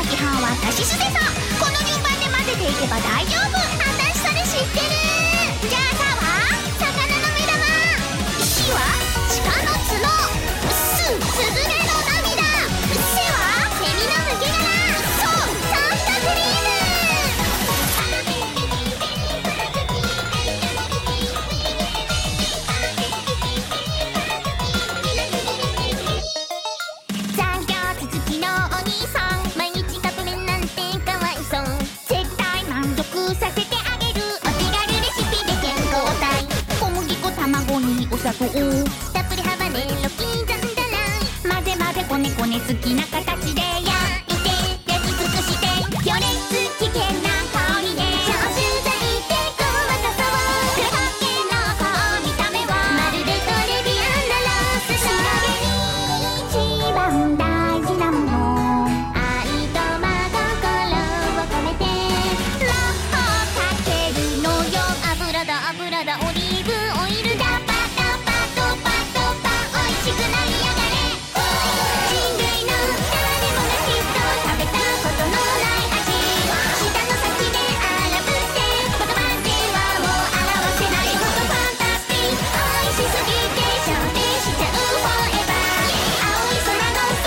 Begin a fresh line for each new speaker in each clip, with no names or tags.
さしすせそこの順番で混ぜていけば大丈夫私それ知ってるじゃあさは魚の目玉火は鹿の角すスズメの涙せはセミの抜け殻そうサンタクリーム残業続きのお兄さん毎日革命なんてかわいそう絶対満足させてあげるお手軽レシピで健康体小麦粉卵にお砂糖たっぷりハバネロ刻んだら混ぜ混ぜこねこね好きな形で焼いて焼き尽くして余熱危険な香りで消臭剤でごまかそう黒はけの顔見た目はまるでトレビアンラロス仕上げに一番大事なもの愛と真心を込めて魔法かけるのよ油だ油だオリーブオイルだパタパトパトパ美味しくなりやがれ人類の誰もがきっと食べたことのない味舌の先で荒ぶって言葉ではもう表せないほどファンタスティック美味しすぎて消費しちゃうフォーエバー青い空のそ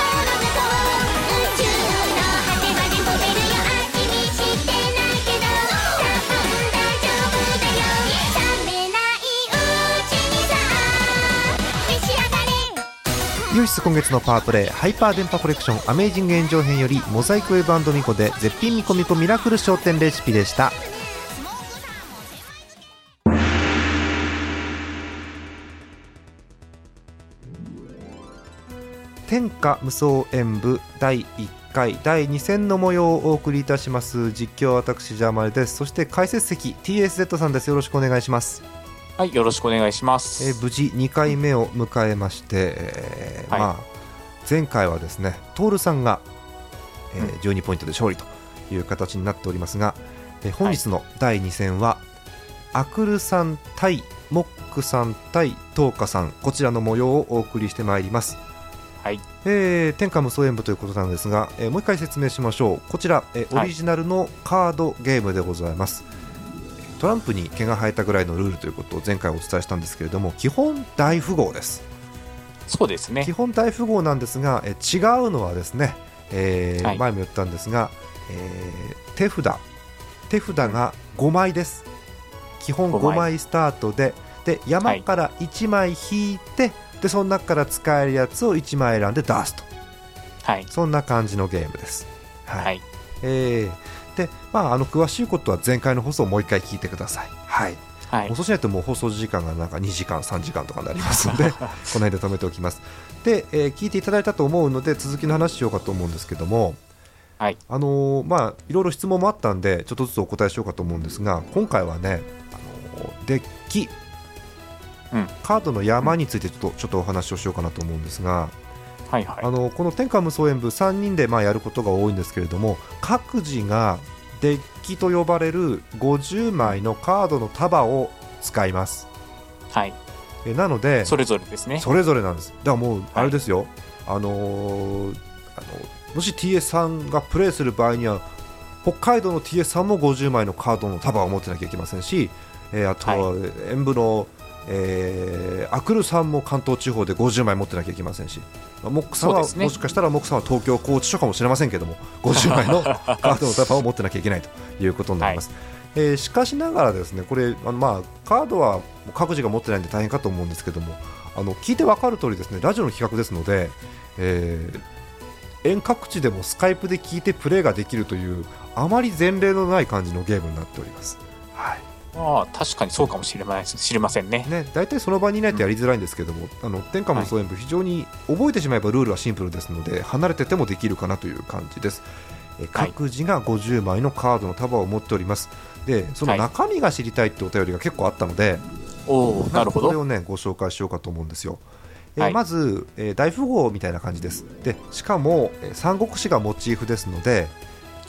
の向こう宇宙の果てまで飛べるよあきみしてないけど多分大丈夫だよ冷めないうちにさ召し上がれ
イオシス今月のパワープレイハイパー電波コレクションアメイジング炎上編よりモザイクウェブミコで絶品ミコミコミラクル商店レシピでした天下無双演舞第1回第2戦の模様をお送りいたします実況は私ジャーマルですそして解説席 TSZ さんですよろしくお願いします
はい、よろしくお願いしま
え
す。
ー無事2回目を迎えまして、えー
はい
まあ、前回はですね徹さんが、えー12ポイントで勝利という形になっておりますが、えー本日の第2戦は、アクルさん対モックさん対トーカさんこちらの模様をお送りしてまいります。
はい、
えー天下無双演舞ということなんですが、えーもう一回説明しましょうこちら、えー
はい
オリジナルのカードゲームでございます、トランプに毛が生えたぐらいのルールということを前回お伝えしたんですけれども基本大富豪です
そうですね
基。本大富豪なんですが、えー違うのはですね、えー
はい
前も言ったんですが、えー手札手札が5枚です基本
五枚
5枚スタートでで山から1枚引いて、でその中から使えるやつを1枚選んで出すと
はい、
そんな感じのゲームです。はい
はい、
えーでまあ、あの詳しいことは前回の放送をもう一回聞いてください。はい、
はい
もう、そうしないともう放送時間がなんか2時間、3時間とかになりますの で、この辺で止めておきます。で、えー聞いていただいたと思うので、続きの話しようかと思うんですけども、
はい、
あのーまあ、いろいろ質問もあったんで、ちょっとずつお答えしようかと思うんですが、今回はね、あのーデッキ、
うん
カードの山についてちょっとちょっとお話をしようかなと思うんですが。
はい、はい
あのこの天下無双演舞3人でまあやることが多いんですけれども各自がデッキと呼ばれる50枚のカードの束を使います
はい、
えなので
それぞれですね。
それぞれなんですだからもうあれですよ、あのーあのもし TS さんがプレイする場合には北海道の TS さんも50枚のカードの束を持ってなきゃいけませんし、えーあとは演舞の、えーアクルさんも関東地方で50枚持ってなきゃいけませんしまあモックさんは、
そうですね
もしかしたらモックさんは東京拘置所かもしれませんけども50枚のカードの束を持ってなきゃいけないということになります、えーしかしながらですねこれあの、まあ、カードは各自が持ってないんで大変かと思うんですけどもあの聞いてわかる通りですねラジオの企画ですので、えー遠隔地でもスカイプで聞いてプレーができるというあまり前例のない感じのゲームになっております。はい
ああ、確かにそうかもしれません。知りませんね。
ね、大体その場にいないとやりづらいんですけども、あの天下無双演舞、非常に覚えてしまえばルールはシンプルですので離れててもできるかなという感じですえ
はい
各自が50枚のカードの束を持っておりますでその中身が知りたいってお便りが結構あったので、
おお、なるほ
これ
ど。
をねご紹介しようかと思うんですよ、えー
はい
まず、えー大富豪みたいな感じですでしかも、えー三国志がモチーフですので、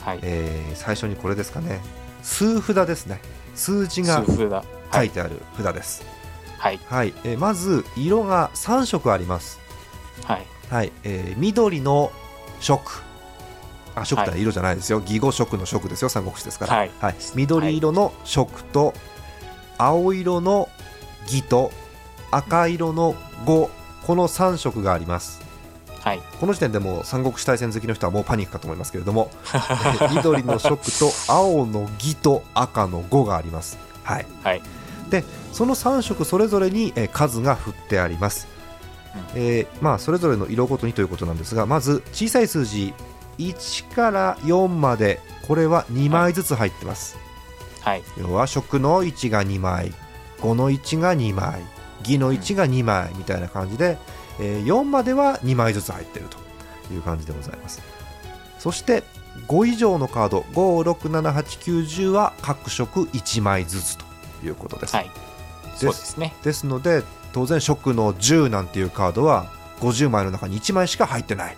はい、
えー最初にこれですかね数札ですね数字
数
が
風だ。
書
はいい、
てある札です、
はい、
はい、えーまず色が3色あります。
はい、
はい、えー緑の色、あ色ってのは色じゃないですよ、義語色の色ですよ三国志ですから、
はい
緑色の色と、青色の義と赤色の語この3色があります
はい
この時点でもう三国志大戦好きの人はもうパニックかと思いますけれどもえ緑の色と青の義と赤の語がありますはい
はい
でその3色それぞれにえー数が振ってあります、えーまあ、それぞれの色ごとにということなんですがまず小さい数字1から4までこれは2枚ずつ入ってます、
はい
要は食の1が2枚5の1が2枚義の1が2枚みたいな感じで、えー4までは2枚ずつ入ってるという感じでございますそして5以上のカード567890は各色1枚ずつということです、
はいそうですね
ですので当然食の10なんていうカードは50枚の中に1枚しか入ってない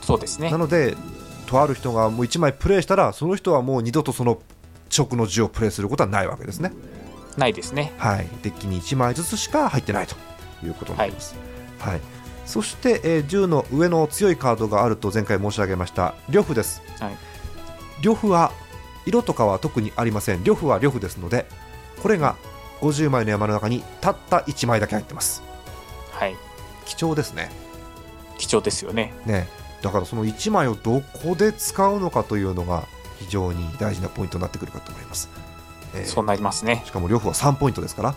そうですね
なのでとある人がもう1枚プレイしたらその人はもう二度とその食の10をプレイすることはないわけですね
ないですね
はい、デッキに1枚ずつしか入ってないということになります。はいそして、えー10の上の強いカードがあると前回申し上げました呂布です。
はい
呂布は色とかは特にありません。呂布は呂布ですので、これが50枚の山の中にたった1枚だけ入ってます。
はい
貴重ですね。
貴重ですよね
ねだからその1枚をどこで使うのかというのが非常に大事なポイントになってくるかと思います。えー
そうなりますね
しかも呂布は3ポイントですから。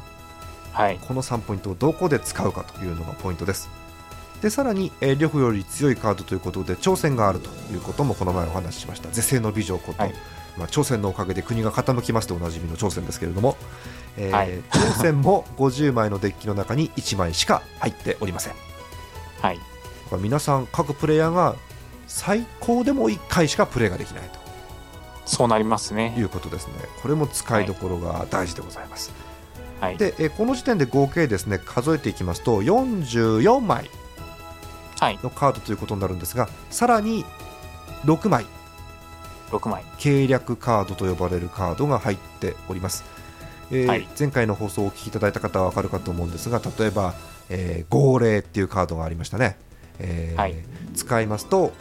はい
この3ポイントをどこで使うかというのがポイントですでさらに、えー、呂布より強いカードということで挑戦があるということもこの前お話ししました是正の美女こと、
はい
まあ、朝鮮のおかげで国が傾きますとおなじみの朝鮮ですけれども、えー
はい
朝鮮も50枚のデッキの中に1枚しか入っておりませんだ
はい
から皆さん各プレイヤーが最高でも1回しかプレイができない
そうなります
とい
ね
うことですねこれも使いどころが大事でございます、
はい
で、えーこの時点で合計ですね数えていきますと44枚
はい
のカードということになるんですがさらに6枚
6枚
計略カードと呼ばれるカードが入っております、えー
はい
前回の放送をお聞きいただいた方は分かるかと思うんですが例えば、えー号令っていうカードがありましたね、えー
はい
使いますと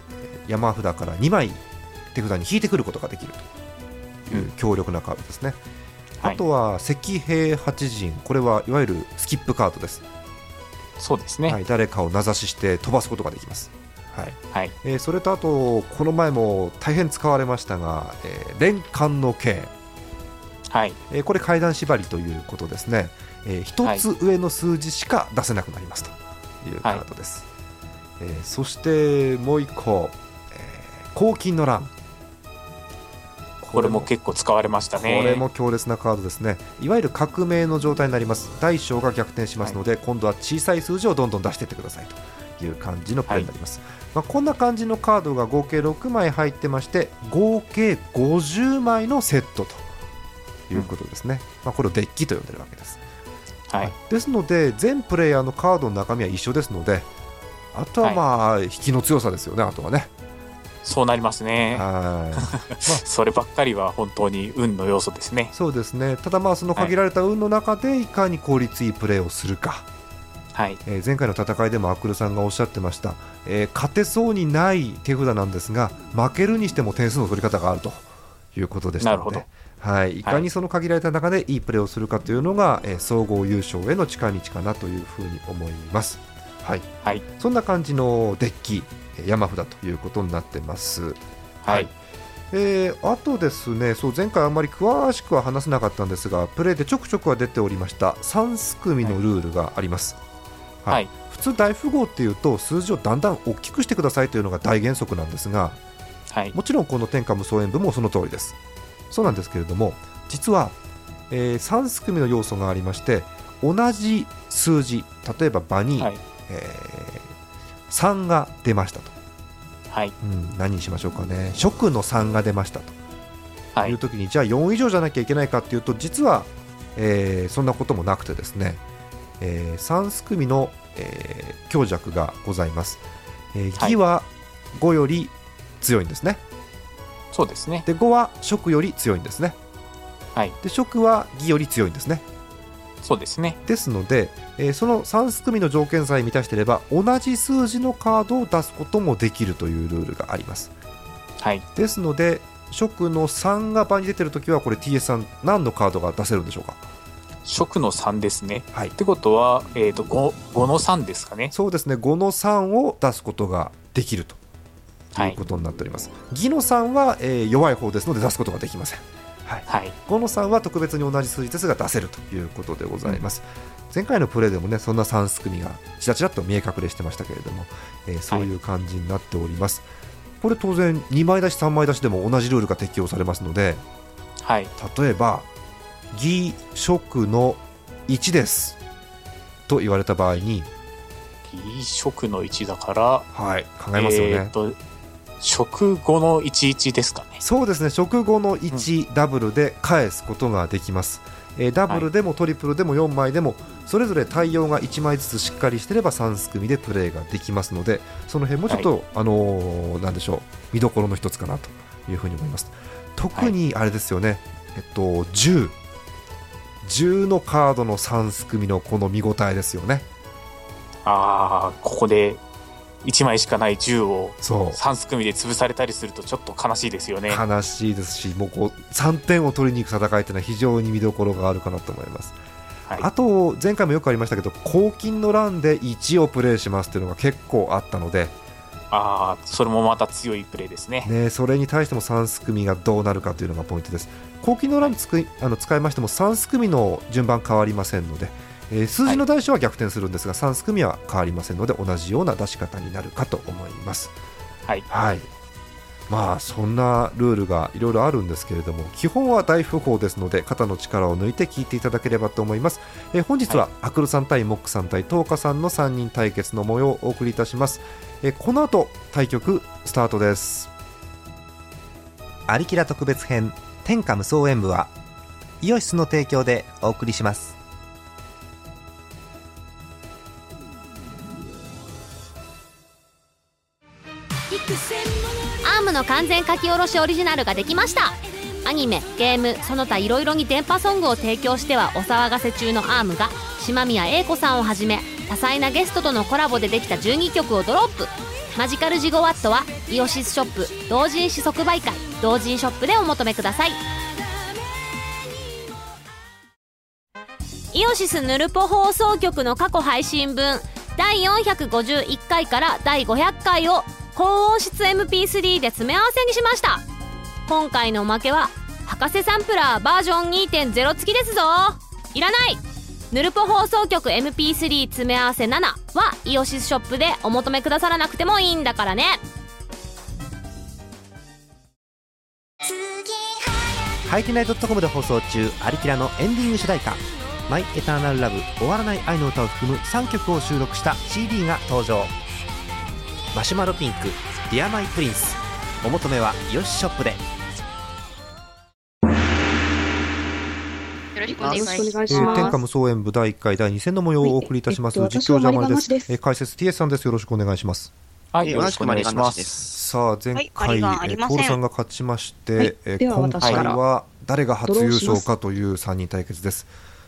山札から2枚手札に引いてくることができるという強力なカードですね、
は
あ
い
とは赤兵八陣これはいわゆるスキップカードです、
そうですね
はい、誰かを名指しして飛ばすことができます、はい、
はい
えーそれとあとこの前も大変使われましたが、えー連冠の刑、
はい
えーこれ階段縛りということですね、えー
は
一
い
つ上の数字しか出せなくなりますというカードです、えーそしてもう一個えー黄金の乱
これも結構使われましたね
これも強烈なカードですねいわゆる革命の状態になります大小が逆転しますので、今度は小さい数字をどんどん出していってくださいという感じのプレーになります、まあ、こんな感じのカードが合計6枚入ってまして合計50枚のセットということですね、まあ、これをデッキと呼んでるわけです、
はい
ですので全プレイヤーのカードの中身は一緒ですのであとはまあ引きの強さですよね、あとはね。
そうなりますね
はい
そればっかりは本当に運の要素ですね
そうですねただまあその限られた運の中でいかに効率いいプレーをするか、
はい
えー前回の戦いでもアクルさんがおっしゃってました、えー勝てそうにない手札なんですが負けるにしても点数の取り方があるということでしたので
なる
はい、いかにその限られた中でいいプレーをするかというのが、えー総合優勝への近道かなというふうに思います。はい、
はい
そんな感じのデッキえー山札ということになってます。
はい
えーあとですねそう前回あんまり詳しくは話せなかったんですがプレーでちょくちょくは出ておりました3すくみのルールがあります、
はい
普通大富豪っていうと数字をだんだん大きくしてくださいというのが大原則なんですが
はい
もちろんこの天下無双演武もその通りですそうなんですけれども実は、え3すくみの要素がありまして同じ数字例えば場に、
はい
え3が出ましたと、
はい
うん、何にしましょうかね食の3が出ましたと
はいいう
時にじゃあ4以上じゃなきゃいけないかっていうと実は、えーそんなこともなくてですね、え3すくみの、えー強弱がございます、えー
はい
義は5より強いんですね
そうですね
で5は食より強いんですね
はい
で食は義より強いんですね
そうですね
ですので、えーその3すくみの条件さえ満たしていれば同じ数字のカードを出すこともできるというルールがあります
はい。
ですので食の3が場に出てるときはこれ TS さん何のカードが出せるんでしょうか
食の3ですね。
はい
ってことは、えっ、と5、5の3ですかね。
そうですね5の3を出すことができると
は
いう
い
こ。とになっております、ギの3は、えー弱い方ですので出すことができませんはい
はい。
5の3は特別に同じ数字ですが出せるということでございます、前回のプレーでもねそんな3すくみがちらちらっと見え隠れしてましたけれども、えーそういう感じになっております、これ当然2枚出し3枚出しでも同じルールが適用されますので
はい。
例えば「義食の1です」と言われた場合に、
いい食の1だから、
はい、考えますよね、
えっ、と、食5の11ですかね。
そうですね食後の1、ダブルで返すことができます、えーダブルでもトリプルでも4枚でもそれぞれ対応が1枚ずつしっかりしてれば3すくみでプレーができますのでその辺もちょっと、あのーなんでしょう見どころの一つかなというふうに思います特にあれですよね、えっと10 10のカードの3すくみのこの見応えですよね
ああ、ここで1枚しかない10を
そう
3すくみで潰されたりするとちょっと悲しいですよね。
悲しいですしもうこう3点を取りに行く戦いというのは非常に見どころがあるかなと思います
はい
あと前回もよくありましたけど黄金の欄で1をプレイしますっていうのが結構あったので、
ああ、それもまた強いプレーですね。
ね、それに対しても3すくみがどうなるかというのがポイントです黄金の欄つくあの使いましても3すくみの順番変わりませんので、えー数字の大小は逆転するんですが、3すくみは変わりませんので同じような出し方になるかと思います
はい。
はいまあそんなルールがいろいろあるんですけれども基本は大富豪ですので肩の力を抜いて聞いていただければと思います、えー本日は、アクルさん対モックさん対トーカさんの3人対決の模様をお送りいたします、えーこの後対局スタートです
アリキラ特別編天下無双演舞はイオシスの提供でお送りします
アームの完全書き下ろしオリジナルができましたアニメゲームその他いろいろに電波ソングを提供してはお騒がせ中のアームが島宮英子さんをはじめ多彩なゲストとのコラボでできた12曲をドロップマジカルジゴワットはイオシスショップ同人誌即売会同人ショップでお求めくださいイオシスヌルポ放送局の過去配信分第451回から第500回を高音質 MP3 で詰め合わせにしました今回のおまけは博士サンプラーバージョン2.0付きですぞいらないヌルポ放送局 MP3 詰め合わせ7はイオシスショップでお求めくださらなくてもいいんだからね
ハイティナイドットコムで放送中アリキラのエンディング主題歌「マイ・エターナル・ラブ終わらない愛の歌」を含む3曲を収録した CD が登場マシュマロピンク「ディア・マイ・プリンス」お求めはイオシスショップで
よろしくお願いします。
願い
えー天下無双演舞第1回第2戦の模様をお送りいたします、
はいえっと
実況
私は
ジャーマルで
マ
す
リガマシです
えー解説 TS さんですよろしくお願いします
はい。
えー
よろしくお願いしま。
同じくマリガマシです
さあ前回、
はいありがあ
え
り
ー
ま
ト
せん
ールさんが勝ちまして、
はい
えー
では
今
私
回
から
は誰が初優勝かという3人対決です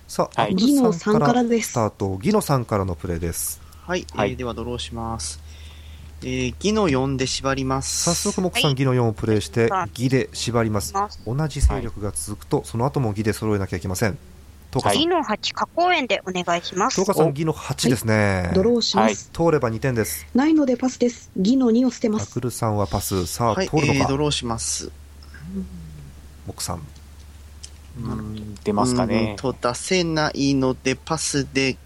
さあ、
はい
アクル
ギノさんからです
スタートギノさんからのプレーです
はい、
はい
えーではドローします。えー、ギの4で縛ります。
早速モックさん、
はい
ギの4をプレイして
はい
ギで縛ります
ます
同じ勢力が続くと、その後もギで揃えなきゃいけませんトーカさん、
次の八花公園でお願いします
トー。カさんギの8ですね、
ドローします。
通れば2点です
ないのでパスです。ギの2を捨てま
アク
す。
ルさんはパスさあ、
はい、え
通るの
ー、
か
ド
モ
ローします。
ックさん
うーん出ますか
うーん
ね。
と出せないのでパスで、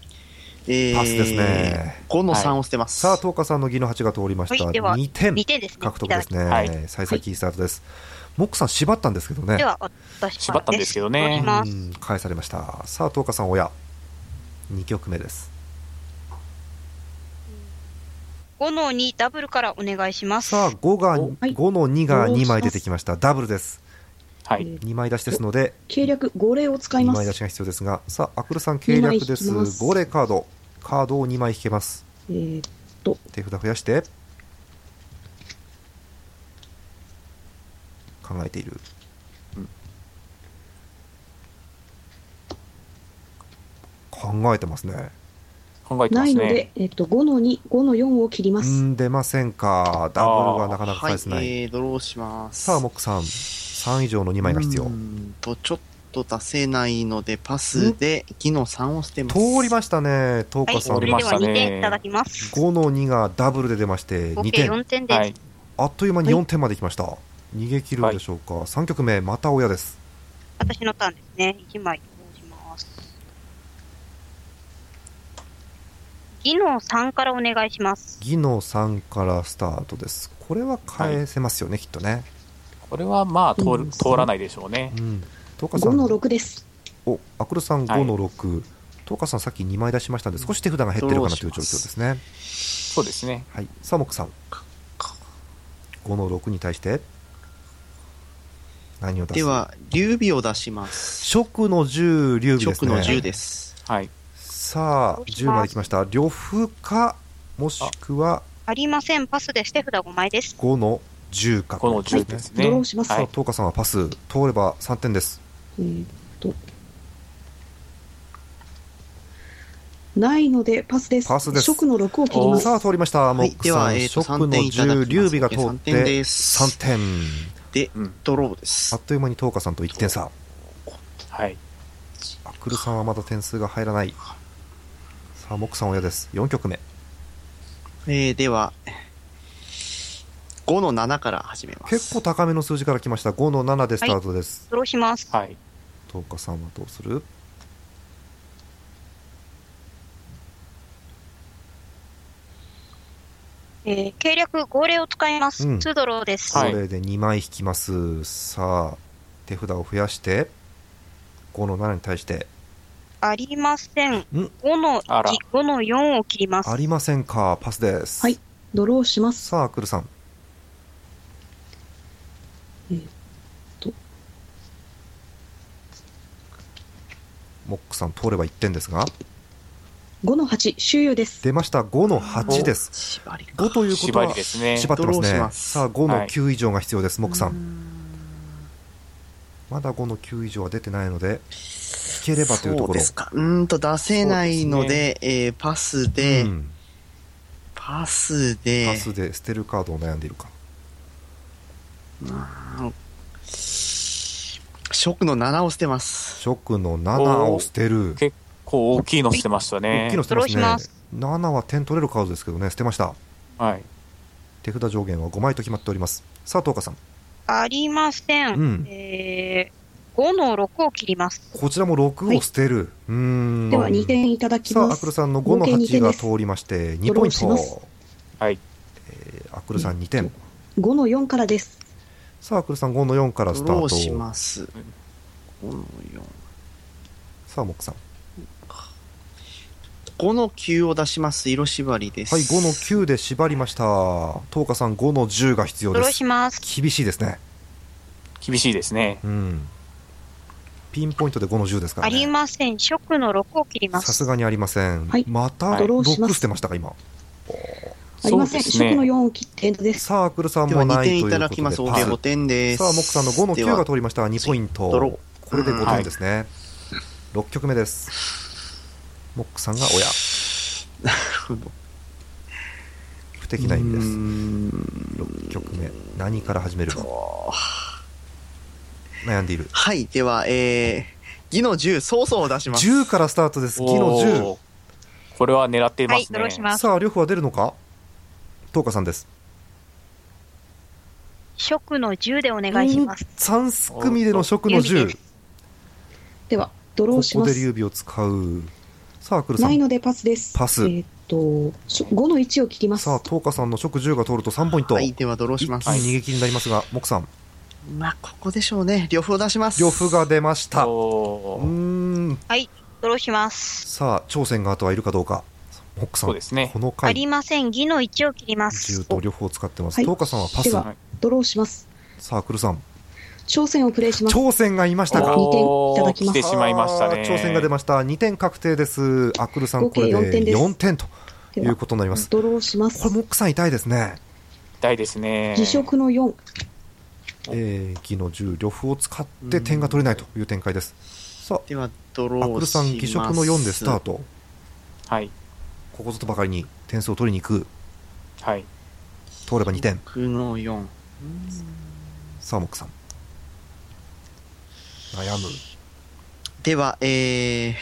えー、
パスですね。
5の3を捨てます。
さあトーカさんのギの8が通りました、
はいでは
2点
二点ですね。
獲得で
い
すね。
はい
最先スタートです。モックさん縛ったんですけどね。
ただきますでは私
縛ったんですけどね
取り
う
ます
ん、返されました。さあ、トーカさん親。二曲目です。
五の二ダブルからお願いします。
さあ、五が、
お
はい
五の二が
どうします
二枚出てきました。ダブルです。
はい。
二枚出しですので、
計略号令を使い
二
ま
枚出
す。
しが必要ですが、さあ、アクルさん計略です
二枚引きま。す
五レカード。カードを二枚引けます。
えー
手札増やして。考えている。考えてますね。
考えてま
ない
す
の
ね。
で、えっと、5の2、5の4を切りま
う
す。
ん出ませんかダブルがなかなか返せない、
はい、えー、ドローします。
さあモックさん3以上の2枚が必要
うーんと、ちょっと出せないので、パスで、ギノ3を捨てます。
通りましたね東
はい、
花さん、
そ
通り
れで
ま
は
したね
2点いただきます。
5の2がダブルで出まして
合
2
計
点
4点です。
はい。
あっという間に4点まで来ました、逃げ切るんでしょうか、三3曲目また親です
私のターンですね。1枚通します。技能3からお願いします。
技能3からスタートですこれは返せますよね、きっとね、
これはまあ通
うん
る通らないでしょうね
う。ん、東花さ
5の
ん
6です。
おアクロさん
はい
5の6、東花さんさっき2枚出しましたんで少し手札が減ってるかなという状況ですね
そうですね。
はいサモクさん5の6に対して何を出す
では、劉備を出します。
食の10劉備です
直
ね
の10です。
はい。
さあ10まで来ました呂布かもしくは
ありません。パスで手札5枚です。
5の10か
この10ですね。
ドローします
は
さあ
い。
東花さんはパス通れば3点です
えーっと。ないので、パスです。
パスです
食の6を切ります。
さあ通りました
は
モ
い
ック
で
さ
は
ん
えーと
食の
3点いただきま
10
す
劉備が通っ
3点
て
です
3点
で、
うん
ドローです
あっ。という間に東花さんと1点差
はい。
アクルさんはまだ点数が入らないさあモックさん親です4曲目
えー、では、5の7から始めます。
結構高めの数字から来ました5の7でスタートです、
ドローします。
はい。
東花さんはどうする
えー、計略号令を使います。
うん
2ドローです。
こ
はい
れで2枚引きますさあ手札を増やして5の7に対して
ありません。
ん
5の
あら
1、5の4を切ります
あ。りませんかパスです、
はいドローします。
さあクルさん
えーっと
モックさん通れば1点ですが
5の8、周遊です。
出ました5の8です
縛りか
5ということ
縛
は
りですね。
縛ってます
ドロー
ね
します
さあ5の
はい
9以上が必要です、モックさんまだ5の9以上は出てないのでいければというと
そ
こ
う
ろ
ですか。うーんと、出せないので、えーパスで、
うん
パスで、
パスで捨てるカードを悩んでいるか
ショックの7を捨てます。
食の7を捨てる
結構大きいのしてました
大
ね
きい。の捨てま
ドローします
ね7は点取れるカードですけどね捨てました
はい。
手札上限は5枚と決まっておりますさあ東花さん
ありません。
うん
えー、5の6を切ります。
こちらも6を捨てる、うーん
では、2点いただき
さ
ま
あアク
す
ル。さんの5の
合計2
8
点
が
です
通りまして2
ドロ
ポイ
ー
ン
します
ト
はい。
アクルさん2点
5の4からです。
さあアクルさん5の4からス
ド
タ
ロー
ー
し
ト
ます。5の4。
さあモックさん
5の9を出します。色縛りです。
はい5の9で縛りました東花さん5の10が必要
ド
で
ロー
す
します。
厳しいですね
厳しいですね。
うんピンポイントで5の10ですから
あり
ね
ません。食の6を切りま
さ
す。
すがにありません、
はい
また
はい
ドローしま
6
す
捨てましたか今
ありません。
そうで
食
す
の
ね。
4を切ってエンドです。
さあアクルさん
では
も
2
ないと
点
いう
い
ことで
ただきます。合
パ
計
ス
5点です。
さあ、モクさんの5の9
では
が通りました。2ポイント。
ドロー
これで5
は
点
い
ですね。6曲目です。モックさんが親。不敵な意味で
うー
す。
ん
6曲目。何から始めるか。悩んでいる。
はい。では、えー、ギの10、ソーソーを出します。
10からスタートです。木の
おーこれは狙ってい
は
ま
い、
すね。
ドローし
10。
ます。
さあ、両方は出るのか東花さんです。
食の10でお願いします。
3組での食の
劉備で
10
す。
では、ドロ
こ
ーしま
こです劉。備を使う。さあ、アクルさ
ない
ん。
のでパスです。
パス
えーっと、5の1を切ります。
さあ、東花さんの食10が通ると3ポイント。
はい。
一
では、ドロー
気
し
に
ます。
逃げ切りになりますが、モクさん。
まあ、ここでしょうね。両方出します。
呂布が出ました。う
お
ー
ー
ん。
ドローします。
さあ、朝鮮が後はいるかどうか。モックさん、
そうですね
こ。の
あ
回、
りません。義の1を切りま
銃
す。
と両方使ってます。
はい
東花さんはパ
で
ス。
は、ドローします。
さあ、クルさん。
挑戦をプレイします。
朝鮮がいましたか。
おー
二点いただきます
来てしまいましたね。
あー朝鮮が出ました。2点確定です。アクルさん、
合
こ
計
れ
四点
で
です
4点と
で
いう
は、
ことになります。
ドローしま
こ
す
れ、。モックさん痛いですね。
痛いですね。
辞職の4。
えー、木の銃、呂布を使って点が取れないという展開です。さ
では、ドロ
あ、アク
ー
ル
し
さ
ます。
ん、義足の4でスタート。
はい。
ここぞとばかりに点数を取りに行く
はい。
通れば2点
9の4。
サーモックさん悩む
では、えー、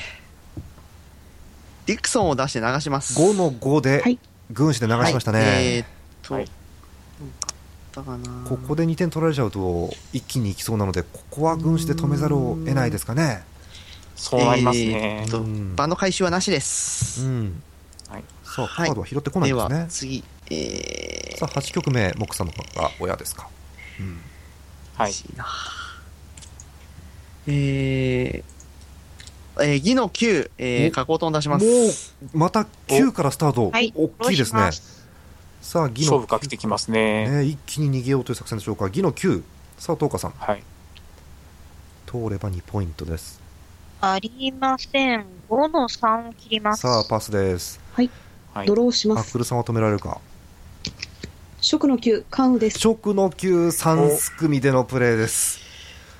ディクソンを出して流します。
5の5
は
で
い
軍師で流しましたね、
はいえーっと、
はい
なんかあったかな
ここで2点取られちゃうと一気にいきそうなのでここは軍師で止めざるを得ないですかね
そうなりますね
えーっ。と
うん
場の回収はなしで
う
す。
ん、
はい
さあカ
はい
ードは拾ってこない
で
です
は、
ね、
次、え
さあ8曲目モックさんの方が親ですか、うん、
ー、
はい。
しいな。えー、えー、ギの9、えー、加工トン出します。
また9からスタート、
はい
大きいですね
下ろしま
さあギ
勝
の
負かけてきますね。
ね、一気に逃げようという作戦でしょうか、ギの9、さあ、東花さん、
はい。
通れば2ポイントです。
ありません。5の3を切ります。
さあ、パスです。
はい
ド。ローし
ア
ま
ッ
す。
クルさんは止められるか。
食の9、関羽です。
直の9、3組でのプレーです。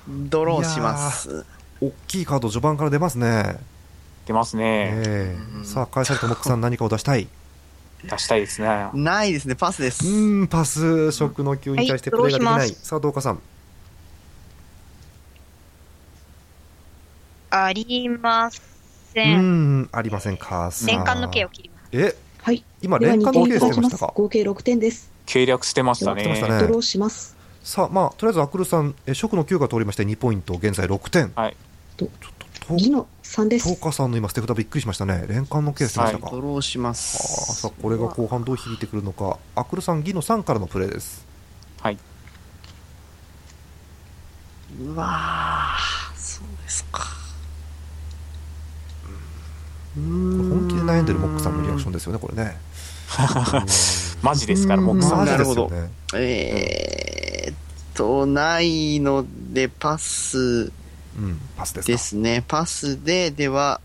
ドローします。
大きいカード、序盤から出ますね。
出ますね。
え
う
え
ん
さあ、返されたモックさん、何かを出したい。
出したいですね。
ないですね、パスで
う
す。
ーん、パス、直の9に対してプレーができな。
はいい
さあ、東花さん、
ありま
う
せ
ー
ん。
ん、ありませんか。さあ
年間の計を切ります。
え、
はい。
今、
では
連
2
冠の
点
計
い
して
ただき
ま
ま
した
す。
か。
合計6点です。
計略してました
やってました
ね。
ね
ドローします。
さあ、まあ、とりあえずアクルさん、えー、食の9が通りまして2ポイント、現在6点。
はい
ちょっと、
ギの3で
東
す。
花さんの今、捨て札びっくりしましたね。連冠のケースでしたか。
ドローしま
あー
す
さ。あこれが後半どう響いてくるのか。アクルさん、ギの3からのプレーです。
はい。
うわーそうですか。
本
本
気で悩んでるモックさんのリアクションですよね、これね。
マジですから、
うん
もう
ま
マ
あ
ジ
な
で
る
す
ほ
よ
ど
ね。
えーっと、ないので、パス
うん、パスですか
ですね。パスで、では、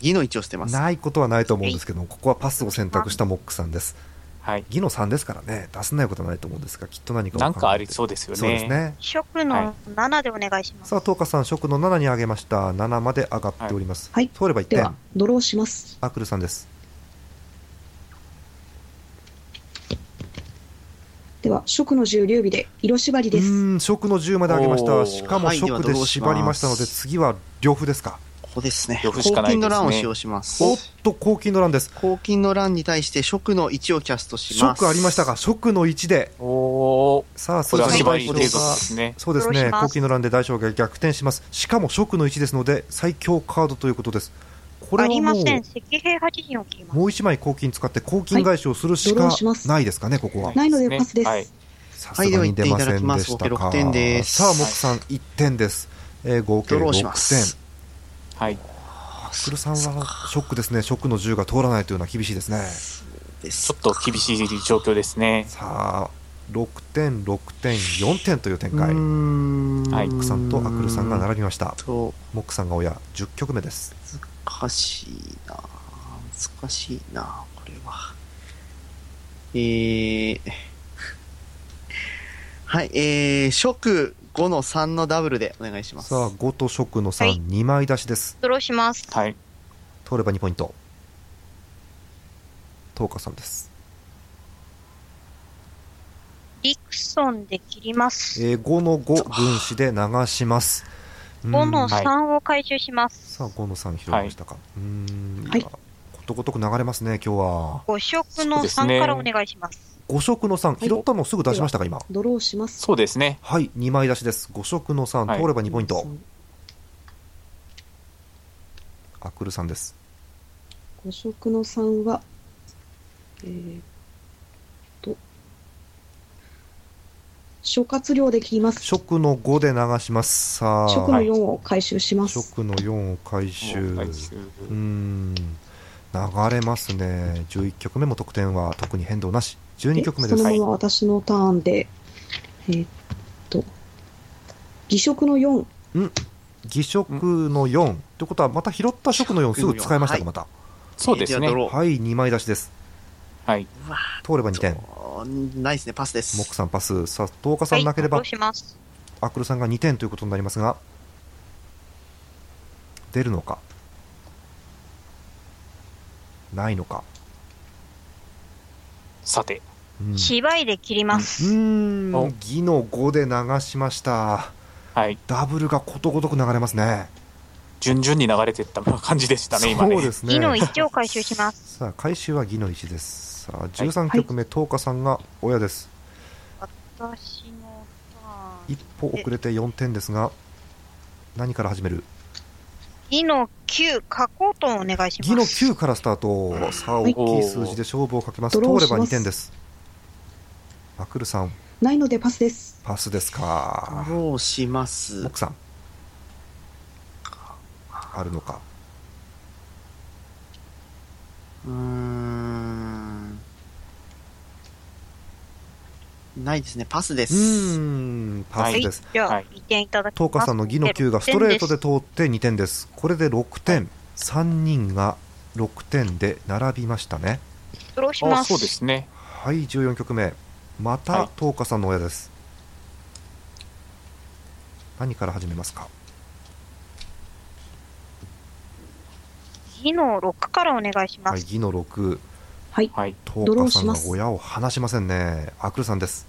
ギの位置を捨てます。
ないことはないと思うんですけども、ここはパスを選択したモックさんです。
はい。
ギの3ですからね、出せないことはないと思うんですが、きっと何かを考え
なん
て
かありそうですよ
そうです
ね。
ね。
食の7でお願いします。
さあ、東花さん、食の7に上げました。7まで上がっております。
はい
通れば1
で
点
は。、ドローします。
アクルさんです。
では、食の10、劉備で、色縛りで
う
す。
ーん、食の10まで上げました。
おー
しかも
はいでは
食で
どうし
縛りましたので、
ます
次は両歩ですか。
ここですね。
呂布しかないですね
の欄を使用します。
おっと、黄金の乱です。
黄金の欄に対して、食の位置をキャストします。
食ありましたが、食の1で、
おー。
さあ、そ
これは
うですね
縛り
こ
継
れ
続
は
ですね。
そうです
下ろ
ね、
します
黄金の乱で大将が逆転します。しかも食の1ですので、最強カードということです。これ
あ
は
り
も
ま
う、
せん。赤兵8人を切ります。
もう一枚黄金使って、黄金返しをするし
はいドロ
か
ーします
ないですかね、ここは。
ないのでパスで
はい
す。
さ
はい
すがに出ませんでし
では行って
た
いただき
か。
ます合計6点です
さあ、木さん1点です。えー合計
ドローし
6
ま
点
す。
はい。
アクルさんはショックですね、ショックの銃が通らないというのは厳しいですね。
です
ちょっと厳しい状況ですね。
さあ、6点、6点、4点という展
うー
開、モ
ん
はい
ックさんとアクルさんが並びました、
と、
モックさんが親、10曲目です。
難しいな難しいなこれは。えー、 はい、えー、食5の3のダブルでお願いします。
さあ、5とショックの3、
はい
2枚出しです、
ドローします。
はい。
通れば2ポイント、トーカさんです、
リクソンで切ります。
えー、5の5、分子で流します。うん
5の
さ
3を回収します。
あ、5の3拾いましたか。うーん、いや
は
ことごとく流れますね、今日は。
5色の
そうですね
3からお願いします。
5色の3、拾ったのすぐ出しましたか、今。
ドローします。
そうですね。
はい、2枚出しです。5色の3、
はい
通れば2ポイント。アクルさんです。
五色の3は、えーっと、諸葛亮で切ります。
食の5で流します。さあ、
食の4を回収します。
食の4を回収。
はい
うん、ん、流れますね。11曲目も得点は特に変動なし。12
で
曲目で
そ
す。
の
はい
まま私のターンで、えーっと、偽食の4、
偽食の4。ということは、また拾った食の4すぐ使いましたか、
はい
また。
そうです
えー
ね
は。ドロー
はい、2枚出しです。
はい。
通れば2点。
おーないですね、パスです。
モックさんパス。さあ、10日さんなけれ
ドロ
ば
ー、します。
アクルさんが2点ということになりますが、出るのか。ないのか
さて、
うん
芝居で切りま
う
す。
お
ーんギの5で流しました
はい、
ダブルがことごとく流れますね
順々に流れてった感じでしたね、今ね。
そうですね
ギの1を回収します。
さあ回収はギの1ですさあ13曲目トウカさんが親です
私のターン。
一歩遅れて4点ですが何から始める
ギの9、加工トンお願いします。
ギの9からスタートさあ
はい
大きい数字で勝負をかけます通
ド
れ
ローし
ば
ま
2
す
点ですマクルさん
ないのでパスです。
パスですか
どうします
奥さんあるのか
うーん。ないですね。パスで
うー
す。
んパス
はい
です。
じゃ
は
あ、
い
2点いただきます。
トーカさんのギの9がストレートで通って2点ですこれで6点3人が6点で並びましたね
ドローし
あ
ま。
そうですすね。
はい14曲目ま
は
た
い
トーカさんの親です、何から始めますか
ギの6からお願いしま
はい
す。
ギの6
はい。
はい、
ト
ド
ー
ロー
カさん
し
が
ます
親を離しませんねアクルさんです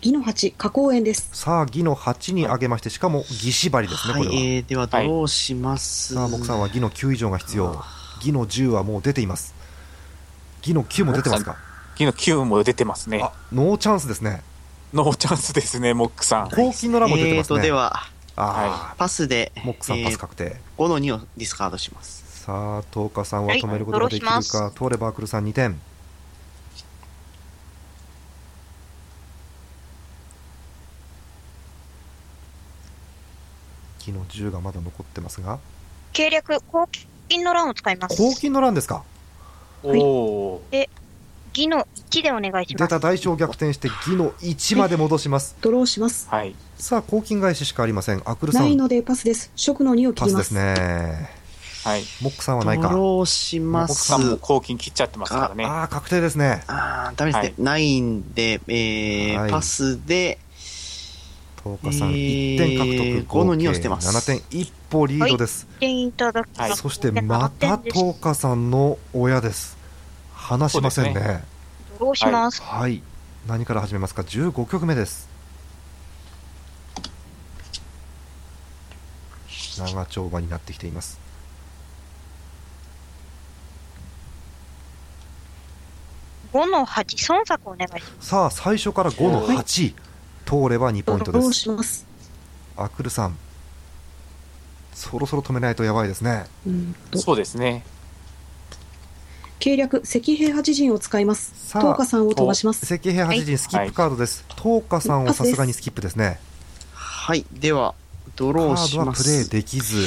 ギの8、加工園です。
さあギの8に上げましてしかもギ縛りですね
は
これは、
い、えー、では
はい
どうします
さあ木さんはギの9以上が必要ギの10はもう出ていますギの9も出てますか
ギの9も出てますね。
あノーチャンスですね
ノーチャンスですね、モックさん。
黄金のラも出て
え
ま
ー
す
と、
ね、
では、
あ
パスで、
あ、モックさんパス確定、
5の2をディスカードします。
さあトーカさんは
はい
止めることができるか、
ドローしま
通ればアクルさん2点木の10がまだ残ってますが
計略、黄金の欄を使います。
黄金の乱ですか
おお
ギの1でお願いし
出
ます
た。大小逆転して義の1まで戻します
ドローします。
ー、はい。
さあ黄金返ししかありませんアクルさ
ない
ん
のでパスです。食の2を切
パ
り
ス
ま。
ですすね
はい。
モックさんは
ド
ないか
ローしま
奥
す
さ。んも公金切っちゃってますからね。
ああ確定ですね
あー、ダメですね。ないんで、えー
はい
パスで、
トーカさん
えー
1点獲得合
5の
計
2をしてます
7点一歩リードです、
1点いただきます。
そしてまた
ド
トーカさんの親です話しませんね
そうで
ローします。
はい何から始めますか15曲目です長丁場になってきています
5の8、孫作お願いします。
さあ最初から5の8通れば2ポイント
ド
で
ロー
す
します。
アクルさんそろそろ止めないとやばいですね
うんと
そうですね。
計略、赤兵八陣を使います。
さ
トーカ
あ
さんを飛ばします。
赤兵8人スキップカードです、トーカさんをさすがにスキップですね
はい、では、ド
カ
ロー
ー
し
ドは
ま
プ
す。
レイできず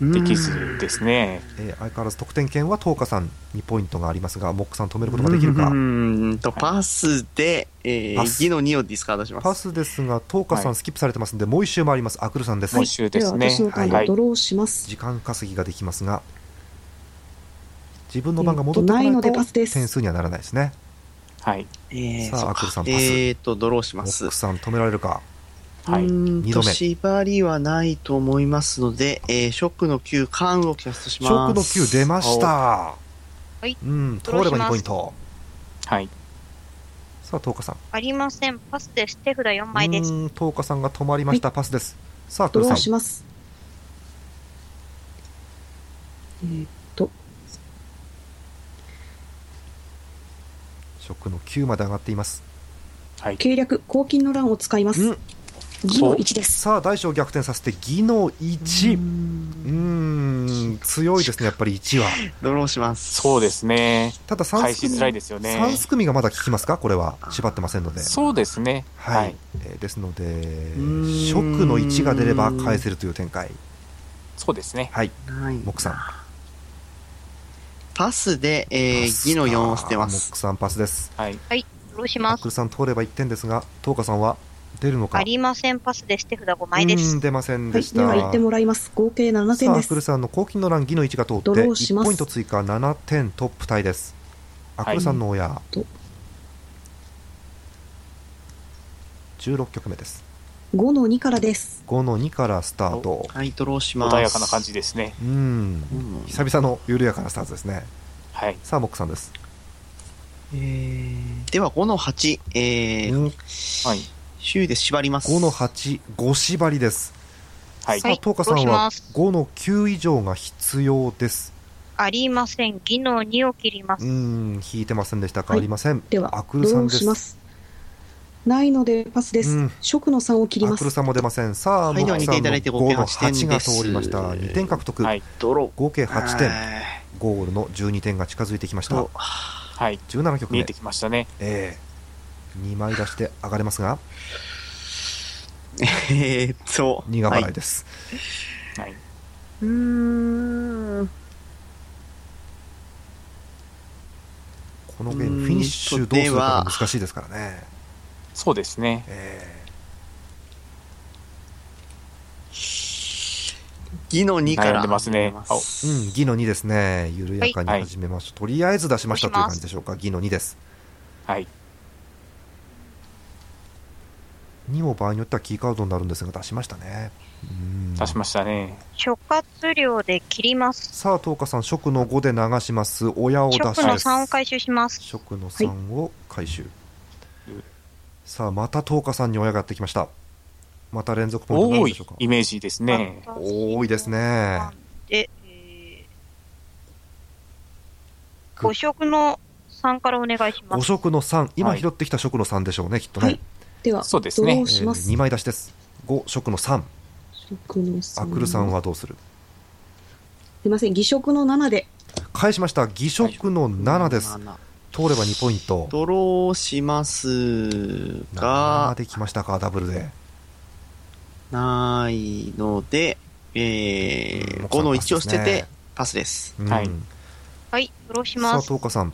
うん
できずですね。
えー相変わらず得点圏はトーカさんにポイントがありますがモックさん止めることができる
う
か
ーんと、パスで、え
パ
ー、
ス
ギの2をディスカードします。
パスですがトーカさ
は
んスキップされてますんで、もう一周回りますアクルさんです、
今週で
ですは
ね。
私のターン
は
で
い
ドローします。
時間稼ぎができますが自分の番が戻ってこ
えっとない
な
の
いと
でパスです
点数にはならないですね
はい。
えー、
さあ
そっ
アクルさん
か
パス
えーと、ドローし
モ
ま
ッ
す
ク。さん止められるか
は
う
い。
ーん
二度
と、
目
縛りはないと思いますので、えー、ショックの9、缶をキャストし
ショッ
ま
クの
す。
9出ました
はい
うん通
ドロー
れ
し
ば
ま
2
す
ポイント
はい。
さあトーカさん
ありません。パスです。手札4枚です
う。ーんトーカさんが止まりましたパスですさあアク
ド
ル
ロ
さ
ー
ん
します。えーっと、
ショックの9まで上がっています
はい。
計略、黄金の欄を使います
うん。
ギの1です。
さあ大小逆転させて技能1うーん強いですねやっぱり1は
ドローします。
そうですね。
ただ3
返しづらい
組
ですよね。
三すくみがまだ効きますかこれは縛ってませんので
そうですね。
は
はいい。
えーですので
ーん
食の1が出れば返せるという展開
そうですね。
はい
ない
木さん
パスで、え
パ
ー、
ス
ギの4を捨てま
あー
す。
木さんパスです
はい。
ドローし
ア
ま
クル
す。
さん通れば1点ですがトーカさんは出るのか
ありません。パスです。手札5枚で
う
す
ん。出ません
は
で
い、
し
で
た
は言ってもらいます。合計7
さ
点
あ
で
アクル
す。
さんの黄金の欄技の1が通って
ドローしま
1
す
ポイント追加7点トップタイですアクルさんの親、
と
16曲目です
5の2からです。
5の2からスタート
はい、ドローします。
穏やかな感じですね。
うん
うん。
久々の緩やかなスタートですね
はい。
さあモックさんです
えー、では、5の8、えー、
5
はい。
週で縛ります。
の85縛りです
はい。
さあトーカさ
どうんし
は
ます
5の9以上が必要です
ありません。技能2を切りま
う
す。
ん引いてませんでしたか
は
あ
い
りません
では、
アク
ド
ル
ロ
さん
ー
で
しますす。ないのでパスで
うん
す。食の3を切り
ア
ま
ク
す
ル。さんも出ませんさあ
はい
モックさんの
では
5の
2.8
8が通りました2点獲得
はい。
ドロ
合計
ー。
8
は
点
い
ゴールの12点が近づいてきました
と
はい。
17局
見え
目
てきましたね。
ええ2枚出して上がれますが
えーっと、
苦
は
払い
い
です、
はい。
うーん。
このゲームフィニッシュどうするかが難しいですからね、
そうですね。
え
ギの2から。
悩んでますねあ
えうん、義の2ですね緩やかに始めましょう、とりあえず出しましたという感じでしょうか義の2です
はい。
2も場合によってはキーカードになるんですが出しましたねうん
出しましたね。
諸葛亮で切ります。
さあ東花さん食の5で流します親を出し
諸
です
の3を回収します。
食の3を回収、
うん
さあまた東花さんに親がやってきましたまた連続ポイントになる
多
んで
い
しょうか
イメージですね。
多いですね
で、えー、5色の3からお願いしま
5
す。
色の3今
はい
拾ってきた食の3でしょうねきっとね、
はいでは、
そうですね
ドロ
え
ーします。
2枚出しです5食の3
食の3
アクルさん。はどうする
すいません、偽食の7で。
返しました偽食の7です
7
通れば2ポイント
ドローします
7
が、
できましたかダブルで
ないので、えー、5の1を捨てて、パスです。
うん
はい
はい、ドローし
さあ
ます。
東花さん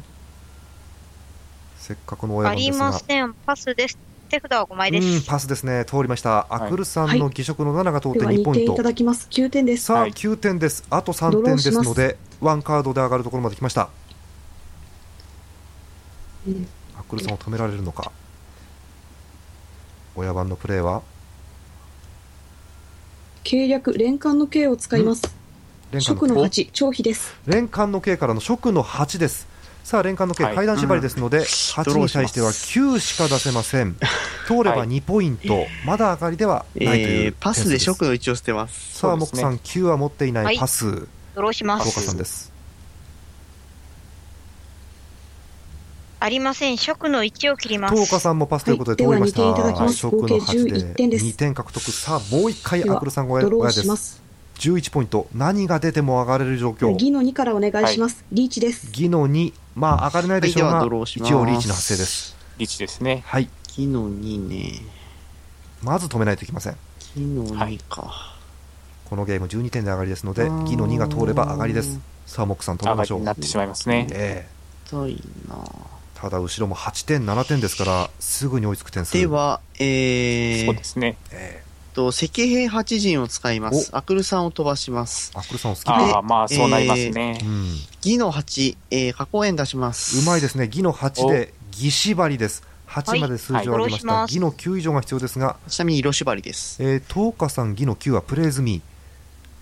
せっかくの親
あ
分で
り
すが
ません。パスです。手札は5枚で
うん
す。
パスですね通りました
い
アクルさんの偽食の7が通って
では、
2
2
ポイン
点
ト、
いただきます。9点です。
さあ
はい
9点ですあと3点ですのでワンカードで上がるところまで来ました
えー
アクルさんを止められるのか親番のプレーは
計略、連冠の計を使います。
連
食
冠
の
の
8、長飛です。
連冠の K からの食の8ですさあ連冠の K、
はい
階段縛りですので、8に対しては9しか出せません通れば
はい
2ポイント、まだ上がりではないという、
えー、パスで食の1を捨てます。
さあモックさん9は持っていな
はいい
パス
ドローしま
福
す。
岡さんです
ありません。食の1を切ります。
東岡さんもパスということで通りました。
はいでは二点いただきます
ショックの八
合計11点です
二点獲得。さあもう一回
では
アクルさんごや
ドロ
親
ー
で。
しますす。
十一ポイント。何が出ても上がれる状況。
ギの2からお願いします。リーチです。
ギの二まあ上がれない
は
で
い、
し
で
ょう
は
が
ドローします。
一応リーチの発生です。。
リーチですね。
はい。
木の2ね。
まず止めないといけません。
木の2か。
このゲーム12点で上がりですの
あ
で、
ー
ギの2が通れば上がりです。さあ、モックさん止め
上が
まし
り
ょう
に。なってしまいますね。
ええ
痛いな
ただ、後ろも8点、7点ですから、すぐに追いつく点数。
では、え
そう
ー
で
っ
すね。
え
と、石兵八陣を使います。アクルさんを飛ばします。
えアクルさんお好きで。
ああ、まあ、そうなりますね
う。ん。
ギの8、えー、加工園出します。
うまいですね、義の8で義縛りです。8まで数字を上げました。
はい
義の9以上が必要ですが、
ちなみに色縛りです。
えー、東花さん、義の9はプレイ済み、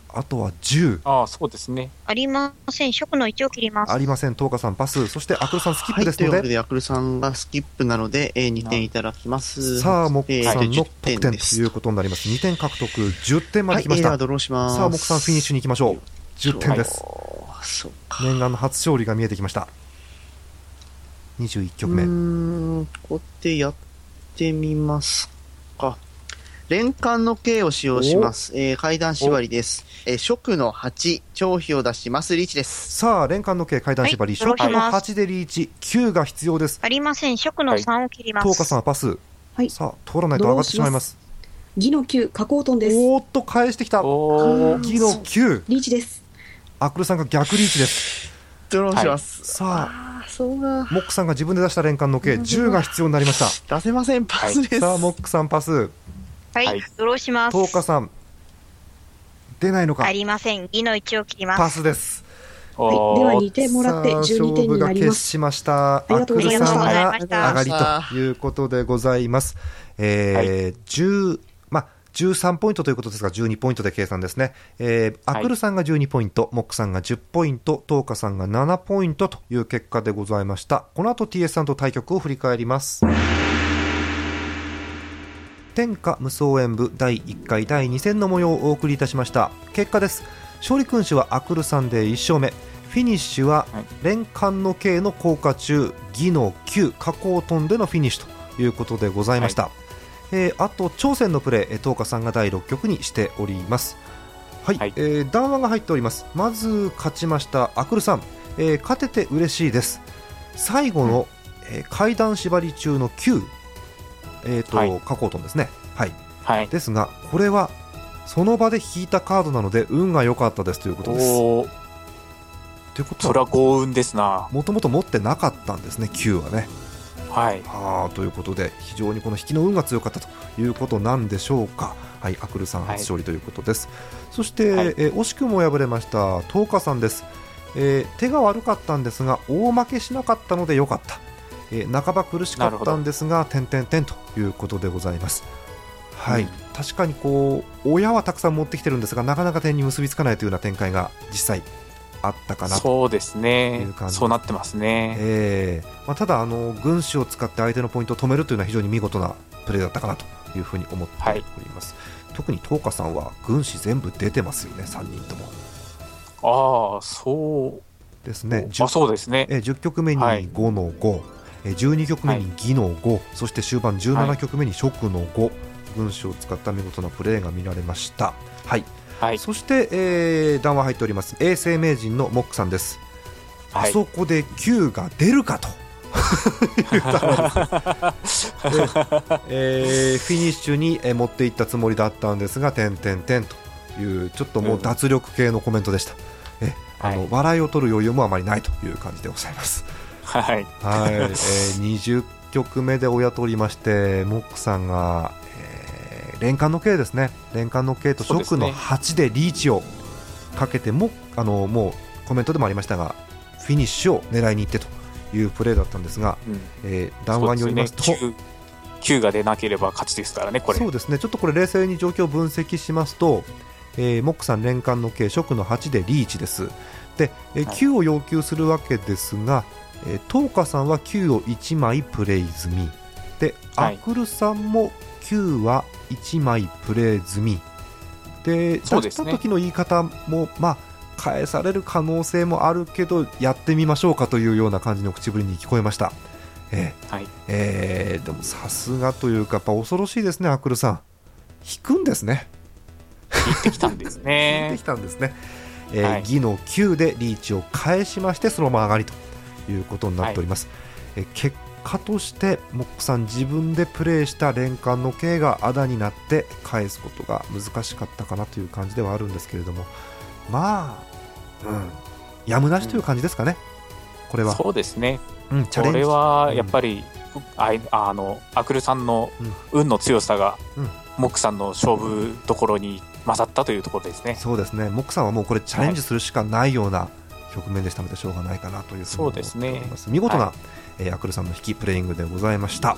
あとは10。
ああ、そうですね。
ありません。食の1を切ります
あ。りません、東花さんパス、そしてアクロさんスキッ
は
プ
い、
です
という
の
わ
で、
けで、アクルさんがスキップなので、えー、2点いただきます。
さあ、モックさんの得
え
点
ー10
と
で
い
す
うことになります。2点獲得、10点ま
は
で
い、え
来まし
ー、で
た。
はドローします。
さあ、モックさんフィニッシュに行きましょう。10点です。
はいそうか。
念願の初勝利が見えてきました。21
う
局目。
ーん、ここでやってみますか。連冠の刑を使用します。えー、階段縛りです。えー、食の8、長飛を出します。リーチです。
さあ、連冠の計階段縛り、
はい
初期の
はい
8でリーチ、9が必要です。
ありません。食の3を切ります。
東花さんはパス。
はい
さあ、通らないと上がってしまいます。
ギの9、加工トンです。
おーっと返してきた
おお、
ギの9
リーチです。
アクルさんが逆リーチです
ドローします。
さあ
あ、そうが。
モックさんが自分で出した連冠の計10が必要になりましたさ
出せません、パスです。
あモックさんパス
は
はいい、
ドローします。
東花さん出ないのか
ありません。義の1を切ります。
パスです
はい、では
お
2点もらって
さあ
12
勝
点になり
負が
ま
決
す。
しました
りがとうございました
アクルさん
ありがとうございま
が
した
上がりということでございますえー10まあ13ポイントということですが、12ポイントで計算ですね。えー、
はい
アクルさんが12ポイント、モックさんが10ポイント、トーカさんが7ポイントという結果でございました。この後 TS さんと対局を振り返ります。天下無双演舞第1回第2戦の模様をお送りいたしました結果です勝利君主はアクルさんで1勝目フィニッシュは
はい
連冠の計の効果中技の9加工トンでのフィニッシュということでございました、えーあと挑戦のプレーえー東花さんが第6局にしておりますはい、
はい
えー談話が入っておりますまず勝ちましたアクルさん、えー勝てて嬉しいです最後の、えー階段縛り中の9えーと、
はい
加工トンですねはい
はい。
ですがこれはその場で引いたカードなので運が良かったですということです。
おお、
ということ
それ
は
は幸運ですな。
もともと持ってなかったんですね9はね。
はい。
あーということで非常にこの引きの運が強かったということなんでしょうか。はい、アクルさん
はい
初勝利ということです。そして、
はい
えー惜しくも敗れましたトーカさんです、えー手が悪かったんですが大負けしなかったので良かった。えー半ば苦しか
なる
っ
ほ
た
ど
んですが点点点ということでございます。はい、
うん
確かにこう親はたくさん持ってきてるんですがなかなか点に結びつかないというような展開が実際あったかなと。
そうです
い
ね
う感。じ
そうなってますね。
ええまあ、ただあの軍師を使って相手のポイントを止めるというのは非常に見事なプレーだったかなというふうに思ってお
はい
ります、特に東花さんは軍師全部出てますよね3人とも
ああ、そ
です
う。
ね
あ、そうですね。
えー10局目に
はい
5の5、えー12局目に義の5、そして終盤17局目に食の5、軍師を使った見事なプレーが見られました、はい
はい。
そして、えー談話入っております永世名人のモックさんです、
は
あ
い。
そこで9が出る かという談話ですえーフィニッシュにえー持っていったつもりだったんですが、点点点という、ちょっともう脱力系のコメントでした。えあの
はい
笑いを取る余裕もあまりないという感じでございます。
はい。
はい、えー20曲目で親取りまして、モックさんが、えー連冠の計ですね、連冠の計と
そうです
食
ね
の8でリーチをかけても、あのもうコメントでもありましたが、フィニッシュを狙いにいってというプレーだったんですが、
うん
えー談話によりますと。
そうですね9 9が出なければ勝ちですからね、これ。
そうですねちょっとこれ冷静に状況を分析しますと、えーモックさん連冠の計色の8でリーチですで、えー
はい
9を要求するわけですが、えー、東花さんは9を1枚プレイ済みで、
はい
アクルさんも9は1枚プレイ済みで
そう
出
で
し
す
た
ね
時の言い方も、まあ返される可能性もあるけどやってみましょうかというような感じの口ぶりに聞こえました、えー
はい。
えーでもさすがというかやっぱ恐ろしいですねアクルさん引くんですね
引いてきたんです
引いて
ね
き。たんですね、えー
はい
技の9でリーチを返しましてそのまま上がりということになっております、えー結果としてモックさん自分でプレーした連冠の計があだになって返すことが難しかったかなという感じではあるんですけれどもまあ、うん、やむなしという感じ ですかね、これは、
そうですね。
うん、チャレ
こ
ンジ
れはやっぱり、あいあのアクルさんの運の強さが、
うん
モックさんの勝負どころに勝ったというところですね。
そうですね、モックさんはもうこれ、チャレンジするしかないような局面でしたので、しょうがないかなというふうに思
そ
っ
う
て
です
お
ね
ります。見事な、えーアクルさんの引きプレイングでございました。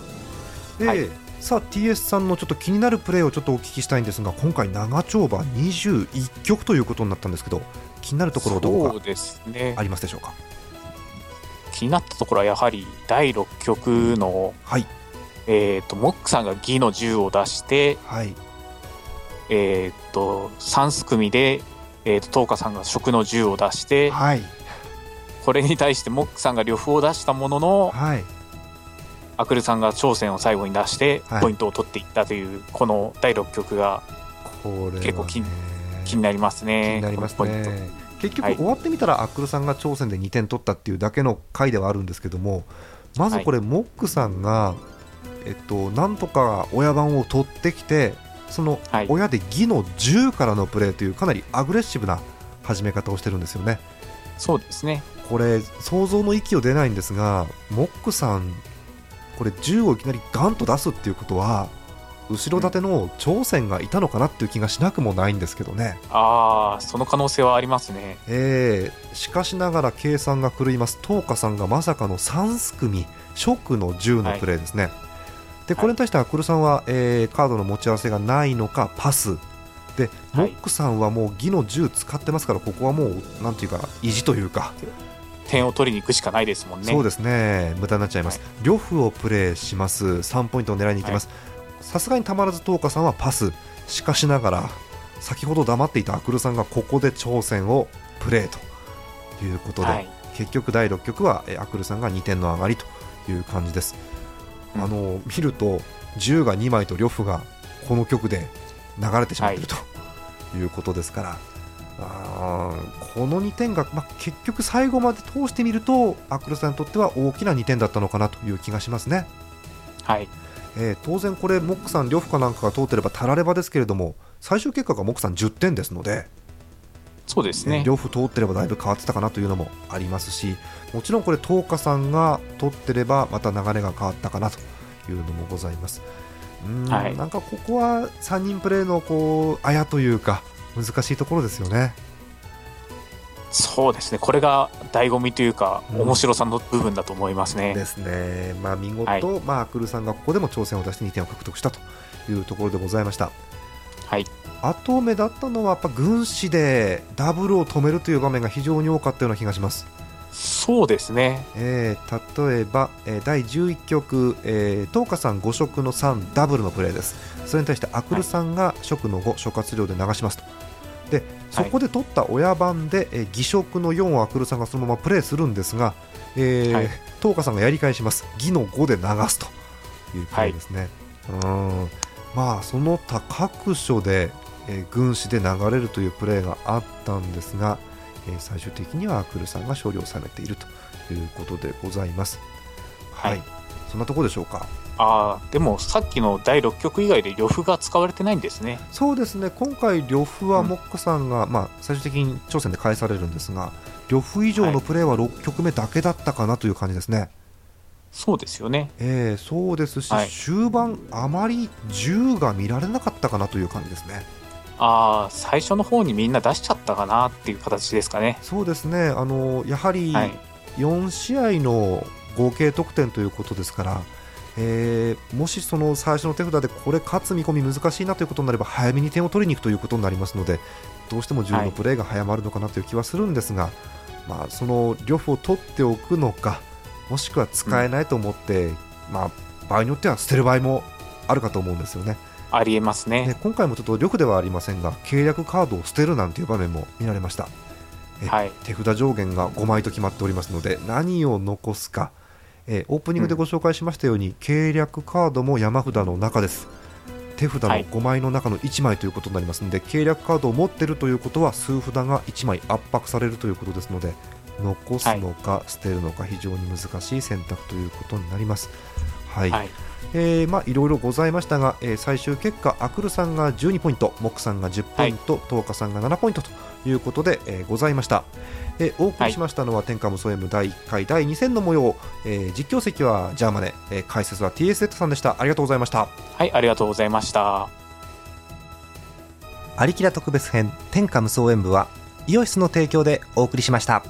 で
はい
さあ TS さんのちょっと気になるプレーをちょっとお聞きしたいんですが今回長丁場21局ということになったんですけど気になるところはどこ
そうですね
かあ。りますでしょうか
気になったところはやはり第6局の、
はい
えー、とモックさんがギの銃を出して、
はい
えー、と3組で、えー、とトーカさんが食の銃を出して
はい
これに対してモックさんが両方を出したものの
はい
アクルさんが挑戦を最後に出して
はい
ポイントを取っていったという、この第6局が
これは、ね、
結構気に気になります
気
ね。
になります
このポイント
ね。結
は
局
い
終わってみたらアックルさんが挑戦で2点取ったっていうだけの回ではあるんですけどもまずこれモックさんが、えっと、なんとか親番を取ってきてその
はい
親で義の10からのプレーというかなりアグレッシブな始め方をしてるんですよね。
そうですね。
これ想像の域を出ないんですがモックさんこれ10をいきなりガンと出すっていうことは後ろ盾の挑戦がいたのかなっていう気がしなくもないんですけどね。
ああ、その可能性はありますね。
えーしかしながら計算が狂います、東花さんがまさかの3すくみ、ショックの10のプレーですね、でこれに対してアクルさんは、えーカードの持ち合わせがないのかパスでモ
はい
ックさんはもう義の銃使ってますからここはもうなんていうか意地というか、
点を取りに行くしかないですもんね。
そうですね無駄になっちゃいます、呂布をプレイします3ポイントを狙いに行きますさすがにたまらず東花さんはパスしかしながら先ほど黙っていたアクルさんがここで挑戦をプレイということで、
はい、
結局第6局はえーアクルさんが2点の上がりという感じです、
うん
あの見ると10が2枚と呂布がこの局で流れてしまっているということですから、あーこの2点が、まあ、結局最後まで通してみるとアクルさんにとっては大きな2点だったのかなという気がしますね、
はい、
えー当然これモックさん呂布かなんかが通ってればたらればですけれども最終結果がモックさん10点ですので、
そうですね。
両夫通ってればだいぶ変わってたかなというのもありますしもちろんこれ東花さんが取ってればまた流れが変わったかなというのもございますうーん、
はい
なんかここは3人プレーのこうあやというか難しいところですよね
そうですね。これが醍醐味というか、
うん
面白さの部分だと思いますね。
ですねまあ見事、
はい
まあアクルさんがここでも挑戦を出して2点を獲得したというところでございました
はい、
後目だったのはやっぱ軍師でダブルを止めるという場面が非常に多かったような気がします
そうですね。
えー例えば、えー第11局、えー、東花さん5色の3ダブルのプレーですそれに対してアクルさんが色の5諸葛亮で流しますとでそこで取った親番で、えー偽色の4をアクルさんがそのままプレーするんですが、えー
はい
東花さんがやり返します偽の5で流すというプレーですね、うーんまあその他各所で、えー軍師で流れるというプレーがあったんですが、えー最終的にはアクルさんが勝利を収めているとということでございます。はい、
はい
そんなところでしょうか。
ああ、でもさっきの第6局以外で呂布が使われてないんですね。
そうですね。今回呂布は
うん
モックさんが、まあ最終的に挑戦で返されるんですが、呂布以上のプレーは6局目だけだったかなという感じですね。
そうですよね。
えーそうですし、
はい
終盤あまり銃が見られなかったかなという感じですね。
ああ、最初の方にみんな出しちゃったかなっていう形ですかね。
そうですね。あのやはり
はい、
4試合の合計得点ということですから。えーもしその最初の手札でこれ勝つ見込み難しいなということになれば早めに点を取りに行くということになりますのでどうしても10
はい
のプレーが早まるのかなという気はするんですが、まあ、その両方取っておくのかもしくは使えないと思って、まあ、場合によっては捨てる場合もあるかと思うんですよね。
ありえますね。
ね、今回もちょっと力ではありませんが契約カードを捨てるなんていう場面も見られましたえ
はい、
手札上限が5枚と決まっておりますので何を残すか、えーオープニングでご紹介しましたように、計略カードも山札の中です手札の
はい
5枚の中の1枚ということになりますので、計略カードを持ってるということは数札が1枚圧迫されるということですので残すのか、捨てるのか非常に難しい選択ということになります。はい、
はい、
えーまあ、いろいろございましたが、えー最終結果、アクルさんが12ポイント、モックさんが10ポイント、トーカさんが7ポイントということで、えーございました。えーお送りしましたのは、天下無双 M 第1回第2戦の模様、えー実況席はジャーマネ、えー解説は TSZ さんでした。ありがとうございました。
はい、ありがとうございました。
アリキラ特別編天下無双演舞はイオシスの提供でお送りしました。